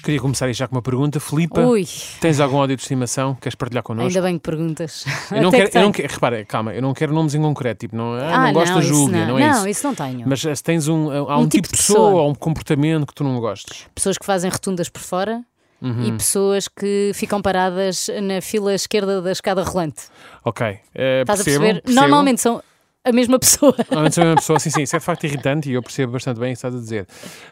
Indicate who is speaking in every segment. Speaker 1: Queria começar já com uma pergunta. Filipa,
Speaker 2: Ui.
Speaker 1: tens algum ódio de estimação? Queres partilhar connosco?
Speaker 2: Ainda bem que perguntas.
Speaker 1: Eu não,
Speaker 2: Até
Speaker 1: quero,
Speaker 2: que
Speaker 1: eu não
Speaker 2: tenho.
Speaker 1: quero- repara, calma, eu não quero nomes em concreto, tipo, não, ah,
Speaker 2: Ah,
Speaker 1: não gosto
Speaker 2: não,
Speaker 1: da
Speaker 2: isso
Speaker 1: Júlia,
Speaker 2: não.
Speaker 1: não, é
Speaker 2: Não,
Speaker 1: isso.
Speaker 2: isso não tenho.
Speaker 1: Mas se tens um, há um,
Speaker 2: Um
Speaker 1: tipo
Speaker 2: tipo
Speaker 1: de
Speaker 2: de
Speaker 1: pessoa
Speaker 2: pessoa.
Speaker 1: ou um comportamento que tu não gostes.
Speaker 2: Pessoas que fazem rotundas por fora e pessoas que ficam paradas na fila esquerda da escada rolante.
Speaker 1: Ok. eh,
Speaker 2: Estás
Speaker 1: percebo,
Speaker 2: a perceber?
Speaker 1: percebo.
Speaker 2: Normalmente são a mesma pessoa.
Speaker 1: Normalmente sou a mesma pessoa, sim, sim, isso é de facto irritante e eu percebo bastante bem o que estás a dizer.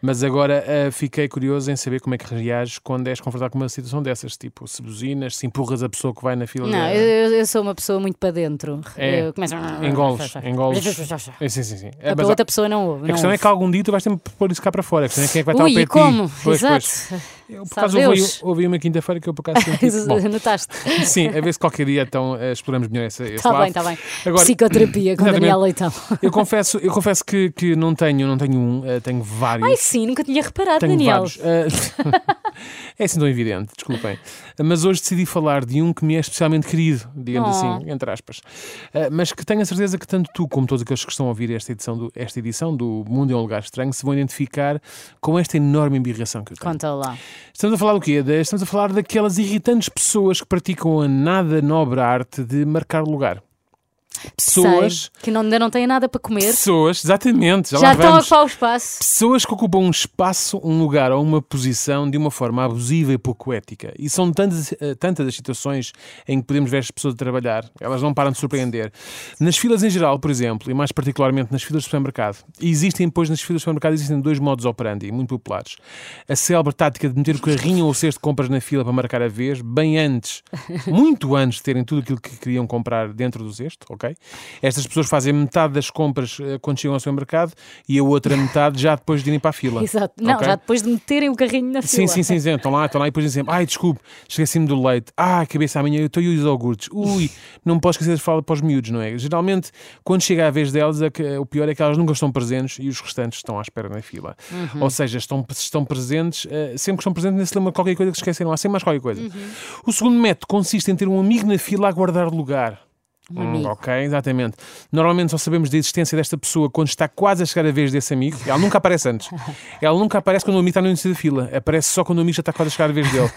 Speaker 1: Mas agora eh, fiquei curioso em saber como é que reages quando és confrontado com uma situação dessas, tipo, se buzinas, se empurras a pessoa que vai na fila.
Speaker 2: Não,
Speaker 1: da-
Speaker 2: eu, eu sou uma pessoa muito para dentro.
Speaker 1: É.
Speaker 2: Eu começo
Speaker 1: Engoles, engoles.
Speaker 2: A
Speaker 1: Eh, Sim, sim, sim. Eh, mas
Speaker 2: Então, outra pessoa não ouve.
Speaker 1: A
Speaker 2: não
Speaker 1: questão é
Speaker 2: ouve.
Speaker 1: que algum dia tu vais ter que pôr isso cá para fora. A questão é quem é que vai estar ao
Speaker 2: Ui,
Speaker 1: pé de
Speaker 2: e
Speaker 1: ti.
Speaker 2: como?
Speaker 1: Pois,
Speaker 2: Exato.
Speaker 1: pois. Eu, por
Speaker 2: Sabe
Speaker 1: acaso ouvi,
Speaker 2: Deus.
Speaker 1: ouvi uma quinta-feira que eu por acaso senti.
Speaker 2: tipo-
Speaker 1: Bom,
Speaker 2: Notaste?
Speaker 1: sim, a ver se qualquer dia então eh, exploramos melhor essa, esse
Speaker 2: Está
Speaker 1: lado.
Speaker 2: Tá bem, está bem.
Speaker 1: Agora,
Speaker 2: Psicoterapia com
Speaker 1: Exatamente.
Speaker 2: Daniel Leitão.
Speaker 1: eu confesso, eu confesso que, que não tenho, não tenho um, eh, tenho vários.
Speaker 2: Ai sim, nunca tinha reparado,
Speaker 1: tenho
Speaker 2: Daniel.
Speaker 1: vários. Ah, é assim tão evidente, desculpem. Mas hoje decidi falar de um que me é especialmente querido, digamos
Speaker 2: Oh.
Speaker 1: assim, entre aspas. Ah, mas que tenho a certeza que tanto tu como todos aqueles que estão a ouvir esta edição do, esta edição do Mundo é um Lugar Estranho se vão identificar com esta enorme embirração que eu tenho.
Speaker 2: Conta lá.
Speaker 1: Estamos a falar do quê? De- Estamos a falar daquelas irritantes pessoas que praticam a nada nobre arte de marcar lugar. Pessoas,
Speaker 2: Sei que não, ainda não têm nada para comer.
Speaker 1: pessoas, exatamente, já,
Speaker 2: Er Já
Speaker 1: lá
Speaker 2: estão a
Speaker 1: vamos.
Speaker 2: ocupar o espaço.
Speaker 1: Pessoas que ocupam um espaço, um lugar ou uma posição de uma forma abusiva e pouco ética. E são tantas, eh, tantas as situações em que podemos ver as pessoas a trabalhar. Elas não param de surpreender. Nas filas em geral, por exemplo, e mais particularmente nas filas de supermercado, existem, pois, nas filas de supermercado existem dois modos operandi muito populares. A célebre tática de meter o carrinho ou o cesto de compras na fila para marcar a vez, bem antes, muito antes de terem tudo aquilo que queriam comprar dentro do cesto, ok? Estas pessoas fazem metade das compras eh, quando chegam ao supermercado e a outra metade já depois de irem para a fila.
Speaker 2: Exato. Não,
Speaker 1: ok?
Speaker 2: já depois de meterem o carrinho na
Speaker 1: Sim,
Speaker 2: fila.
Speaker 1: sim, sim, sim, estão lá, estão lá e depois dizem sempre, ai, desculpe, esqueci-me do leite, ah, cabeça amanhã, eu estou e os iogurtes, ui, não posso esquecer de falar para os miúdos, não é? Geralmente, quando chega a vez delas, a que- o pior é que elas nunca estão presentes e os restantes estão à espera na fila. Ou seja, estão, estão presentes, eh, sempre que estão presentes, ainda se lembra de qualquer coisa que se esqueceram, há sempre mais qualquer coisa. O segundo método consiste em ter um amigo na fila a guardar lugar. Hum,
Speaker 2: amigo.
Speaker 1: ok, exatamente. Normalmente só sabemos da existência desta pessoa quando está quase a chegar a vez desse amigo. Ela nunca aparece antes. Ela nunca aparece quando o amigo está no início da fila. Aparece só quando o amigo já está quase a chegar a vez dele.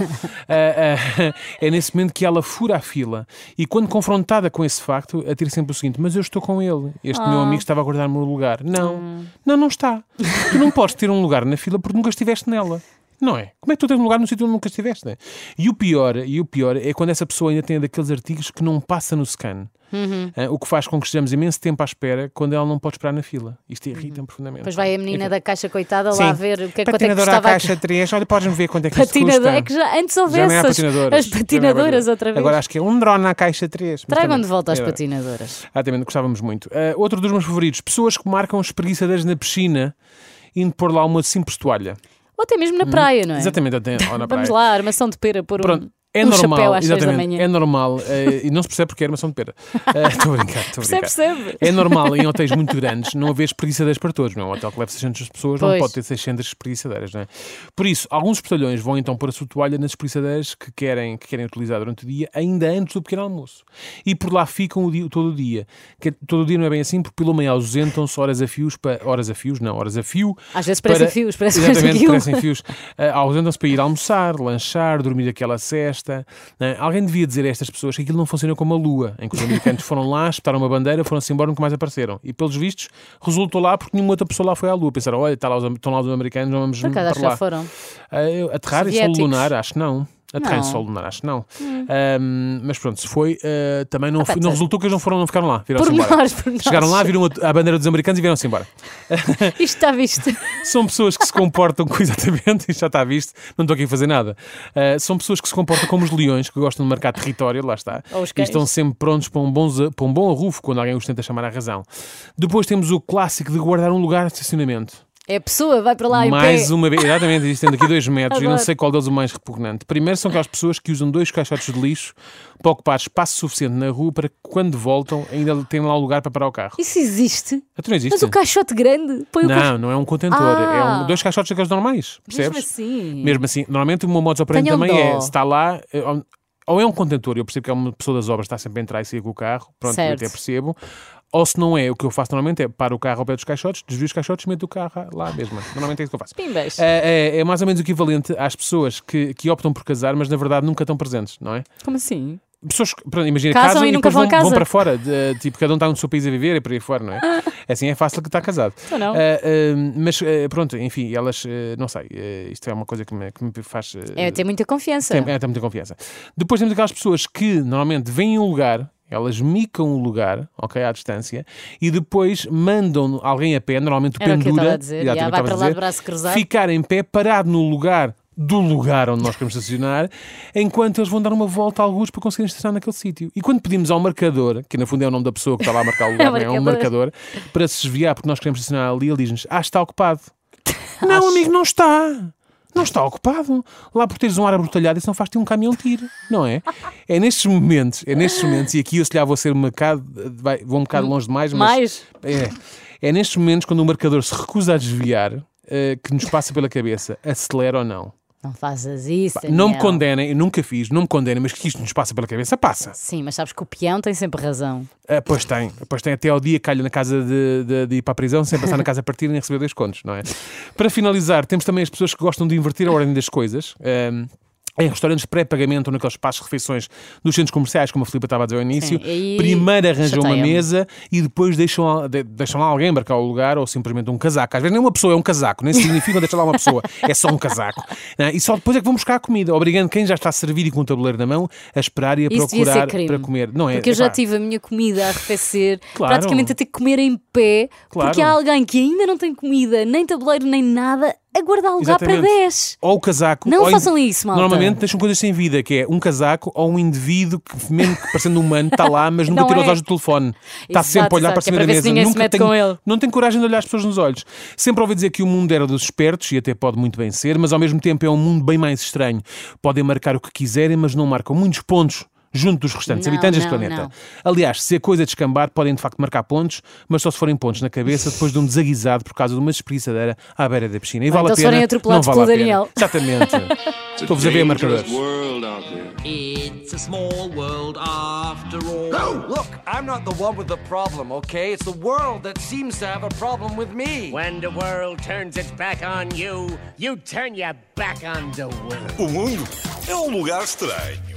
Speaker 1: Ah, ah, é nesse momento que ela fura a fila. E quando confrontada com esse facto, atira sempre o seguinte: Mas eu estou com ele. Este meu amigo estava a guardar o meu lugar. Não, não, não está. Tu não podes ter um lugar na fila porque nunca estiveste nela. Não é? Como é que tu tens um lugar num sítio onde nunca estiveste? não é? E o pior, e o pior é quando essa pessoa ainda tem daqueles artigos que não passa no scan.
Speaker 2: Uhum.
Speaker 1: Ah, o que faz com que estejamos imenso tempo à espera quando ela não pode esperar na fila. Isto irrita-me profundamente.
Speaker 2: Depois Uhum. vai a menina
Speaker 1: É que-
Speaker 2: da caixa, coitada,
Speaker 1: Sim.
Speaker 2: lá ver o que é quanto é que
Speaker 1: Patinadora à
Speaker 2: custava. a-
Speaker 1: caixa 3, olha, podes-me ver quanto é que isto custa.
Speaker 2: Patinadora. É que já antes
Speaker 1: Já não é
Speaker 2: houvesse
Speaker 1: a
Speaker 2: as,
Speaker 1: patinadoras.
Speaker 2: as patinadoras
Speaker 1: Já não é a patina-
Speaker 2: outra vez.
Speaker 1: Agora acho que é um drone na caixa 3.
Speaker 2: Tragam de volta as
Speaker 1: patinadoras.
Speaker 2: patinadoras.
Speaker 1: É Ah, também gostávamos muito. Ah, outro dos meus favoritos: pessoas que marcam espreguiçadeiras na piscina indo pôr lá uma simples toalha.
Speaker 2: Ou até mesmo na praia, não é?
Speaker 1: Hum, Exatamente, até- ou na
Speaker 2: Vamos
Speaker 1: praia.
Speaker 2: lá, armação de pera, pôr
Speaker 1: Pronto.
Speaker 2: um,
Speaker 1: É
Speaker 2: um
Speaker 1: normal,
Speaker 2: chapéu às 6 da
Speaker 1: exatamente,
Speaker 2: manhã.
Speaker 1: é normal. eh, e não se percebe porque é armação de pera. Eh, Estou a brincar, estou a brincar.
Speaker 2: Percebe, percebe.
Speaker 1: É normal em hotéis muito grandes não haver espreguiçadeiras para todos. Não é um hotel que leva 600 pessoas, não
Speaker 2: Pois.
Speaker 1: pode ter 600 espreguiçadeiras, não é? Por isso, alguns portalhões vão então pôr a sua toalha nas espreguiçadeiras que querem, que querem utilizar durante o dia, ainda antes do pequeno almoço. E por lá ficam o dia- todo o dia. Que, todo o dia não é bem assim, porque pelo meio ausentam-se horas a fios para. Horas a fios, não, horas a fio.
Speaker 2: Às vezes parecem
Speaker 1: para-
Speaker 2: fios, parece que
Speaker 1: Exatamente,
Speaker 2: aquilo.
Speaker 1: parecem fios. Ah, Ausentam-se para ir almoçar, lanchar, dormir aquela cesta. né? Alguém devia dizer a estas pessoas que aquilo não funciona como a lua, em que os americanos foram lá, espetaram uma bandeira, foram-se embora e nunca mais apareceram. E pelos vistos, resultou lá porque nenhuma outra pessoa lá foi à lua. Pensaram, olha, está lá os am- estão lá os americanos, não vamos
Speaker 2: Por acaso acho
Speaker 1: para
Speaker 2: que já
Speaker 1: lá.
Speaker 2: foram.
Speaker 1: Ah, eu- Aterrar em solo
Speaker 2: Soviéticos.
Speaker 1: lunar, acho que não. A terra em
Speaker 2: Não. Hum.
Speaker 1: solo lunar, acho que não. Ahm, mas pronto, se foi, ah, também não, fi- não
Speaker 2: tá.
Speaker 1: resultou que eles não foram, não ficaram lá. Viraram-se
Speaker 2: Por
Speaker 1: embora.
Speaker 2: nós, por nós.
Speaker 1: Chegaram lá, viram a, a bandeira dos americanos e viram-se embora.
Speaker 2: Isto está visto.
Speaker 1: São pessoas que se comportam com exatamente, isto já está visto, não estou aqui a fazer nada. Ah, são pessoas que se comportam como os leões, que gostam de marcar território, lá está.
Speaker 2: Ou os
Speaker 1: e
Speaker 2: cães.
Speaker 1: estão sempre prontos para um, bom, za- para um bom arrufo quando alguém os tenta chamar à razão. Depois temos o clássico de guardar um lugar de estacionamento.
Speaker 2: É a pessoa, vai para lá
Speaker 1: Mais um
Speaker 2: e pé.
Speaker 1: uma vez, exatamente, existem daqui dois metros e eu não
Speaker 2: Adoro.
Speaker 1: sei qual deles é o mais repugnante. Primeiro são aquelas pessoas que usam dois caixotes de lixo para ocupar espaço suficiente na rua para que quando voltam ainda têm lá lugar para parar o carro.
Speaker 2: Isso existe.
Speaker 1: Então não existe.
Speaker 2: Mas o caixote grande põe o caixote.
Speaker 1: Não, não é um contentor,
Speaker 2: Ah.
Speaker 1: é um- dois caixotes daqueles normais, percebes?
Speaker 2: Mesmo assim.
Speaker 1: Mesmo assim, normalmente o meu modo de operando
Speaker 2: Tenham
Speaker 1: também
Speaker 2: um dó.
Speaker 1: é, se está lá, é, ou- ou é um contentor, eu percebo que é uma pessoa das obras que está sempre a entrar e sair com o carro, pronto, eu
Speaker 2: Certo.
Speaker 1: até percebo. Ou se não é, o que eu faço normalmente é paro o carro ao pé dos caixotes, desvio os caixotes e meto o carro lá mesmo. Normalmente é isso que eu faço.
Speaker 2: Pimbas.
Speaker 1: É, é- é mais ou menos o equivalente às pessoas que, que optam por casar, mas na verdade nunca estão presentes, não é?
Speaker 2: Como assim?
Speaker 1: Pessoas que, pronto, imagina,
Speaker 2: Casam e nunca
Speaker 1: depois
Speaker 2: vão
Speaker 1: vão,
Speaker 2: a casa.
Speaker 1: vão para fora. de- tipo, cada um está no seu país a viver e por aí fora, não é? Assim é fácil que está casado.
Speaker 2: Ou Então não.
Speaker 1: Ah, ah, mas ah, pronto, enfim, elas, ah, não sei, ah, isto é uma coisa que me, que me faz. ah,
Speaker 2: É ter muita confiança.
Speaker 1: tem, é, tem muita confiança. Depois temos aquelas pessoas que normalmente vêm em um lugar, elas micam o lugar, ok, à distância, e depois mandam alguém a pé, normalmente o
Speaker 2: Era o que eu
Speaker 1: pendura,
Speaker 2: estava a dizer, já,
Speaker 1: exatamente, estava
Speaker 2: vai
Speaker 1: a
Speaker 2: para lá de
Speaker 1: dizer,
Speaker 2: braço cruzado.
Speaker 1: ficar em pé, parado no lugar do lugar onde nós queremos estacionar, enquanto eles vão dar uma volta a alguns para conseguirem estacionar naquele sítio. E quando pedimos ao marcador, que no fundo é o nome da pessoa que está lá a marcar o lugar, não é, é um
Speaker 2: marcador.
Speaker 1: marcador, para se desviar porque nós queremos estacionar ali, ele diz-nos, ah, está ocupado. Não, amigo, não está. Não está ocupado. Lá por teres um ar abrutalhado, isso não faz-te um caminhão tiro, não é? É nestes momentos, é nestes momentos, e aqui eu se calhar vou ser um bocado, vai- vou um bocado longe demais, mas.
Speaker 2: Mais?
Speaker 1: É, é nestes momentos, quando o marcador se recusa a desviar, eh, que nos passa pela cabeça, acelera ou não.
Speaker 2: Não faças isso.
Speaker 1: Não me
Speaker 2: Daniel.
Speaker 1: condenem, eu nunca fiz, não me condenem, mas que isto nos passa pela cabeça, passa.
Speaker 2: Sim, mas sabes que o peão tem sempre razão.
Speaker 1: Ah, pois tem, pois tem até ao dia que calha na casa de, de- de ir para a prisão sem passar na casa a partir nem receber dois contos, não é? Para finalizar, temos também as pessoas que gostam de inverter a ordem das coisas. ahm, em restaurantes pré-pagamento ou naqueles espaços de refeições dos centros comerciais, como a Filipe estava a dizer ao início,
Speaker 2: aí
Speaker 1: primeiro arranjam uma
Speaker 2: chateiam-me.
Speaker 1: mesa e depois deixam, lá- de- deixam lá alguém marcar o lugar ou simplesmente um casaco. Às vezes nem uma pessoa é um casaco, nem significa deixar lá uma pessoa, é só um casaco. não é? E só depois é que vão buscar a comida, obrigando quem já está servido e com o tabuleiro na mão a esperar e a
Speaker 2: Isso devia
Speaker 1: procurar
Speaker 2: ser crime.
Speaker 1: para comer. Não é?
Speaker 2: Porque eu já
Speaker 1: Epá.
Speaker 2: tive a minha comida a arrefecer,
Speaker 1: Claro.
Speaker 2: praticamente a ter que comer em pé,
Speaker 1: Claro.
Speaker 2: porque há alguém que ainda não tem comida, nem tabuleiro, nem nada, a guardar lugar para
Speaker 1: Exatamente.
Speaker 2: 10.
Speaker 1: Ou o casaco.
Speaker 2: Não
Speaker 1: ou
Speaker 2: façam isso, malta.
Speaker 1: Normalmente deixam coisas sem vida, que é um casaco ou um indivíduo que, mesmo que parecendo humano, está lá, mas nunca
Speaker 2: Não
Speaker 1: tira os
Speaker 2: é.
Speaker 1: olhos do telefone. Está
Speaker 2: Exato,
Speaker 1: sempre a olhar para
Speaker 2: exato, que é
Speaker 1: cima
Speaker 2: para
Speaker 1: da
Speaker 2: ver se
Speaker 1: mesa.
Speaker 2: ninguém se
Speaker 1: nunca
Speaker 2: mete
Speaker 1: tem,
Speaker 2: com ele.
Speaker 1: Não tem coragem de olhar as pessoas nos olhos. Sempre ouvi dizer que o mundo era dos espertos, e até pode muito bem ser, mas ao mesmo tempo é um mundo bem mais estranho. Podem marcar o que quiserem, mas não marcam muitos pontos. Junto dos restantes
Speaker 2: Não,
Speaker 1: habitantes deste
Speaker 2: não,
Speaker 1: planeta.
Speaker 2: não.
Speaker 1: Aliás, se a coisa descambar, podem de facto marcar pontos, mas só se forem pontos na cabeça depois de um desaguisado por causa de uma despreguiçadeira à beira da piscina. E vale
Speaker 2: então
Speaker 1: a
Speaker 2: se
Speaker 1: pena.
Speaker 2: forem atropelados
Speaker 1: não vale
Speaker 2: pelo
Speaker 1: a pena.
Speaker 2: Daniel.
Speaker 1: Exatamente.
Speaker 3: It's a
Speaker 1: Estou-vos a ver
Speaker 3: dangerous
Speaker 1: marcadores.
Speaker 3: world out there.
Speaker 4: It's a small world after all.
Speaker 5: Look, I'm not the one with the problem, okay? It's the world that seems to have a problem with me.
Speaker 6: When the world turns its back on you, you turn your back on the world.
Speaker 7: O mundo é um lugar estranho.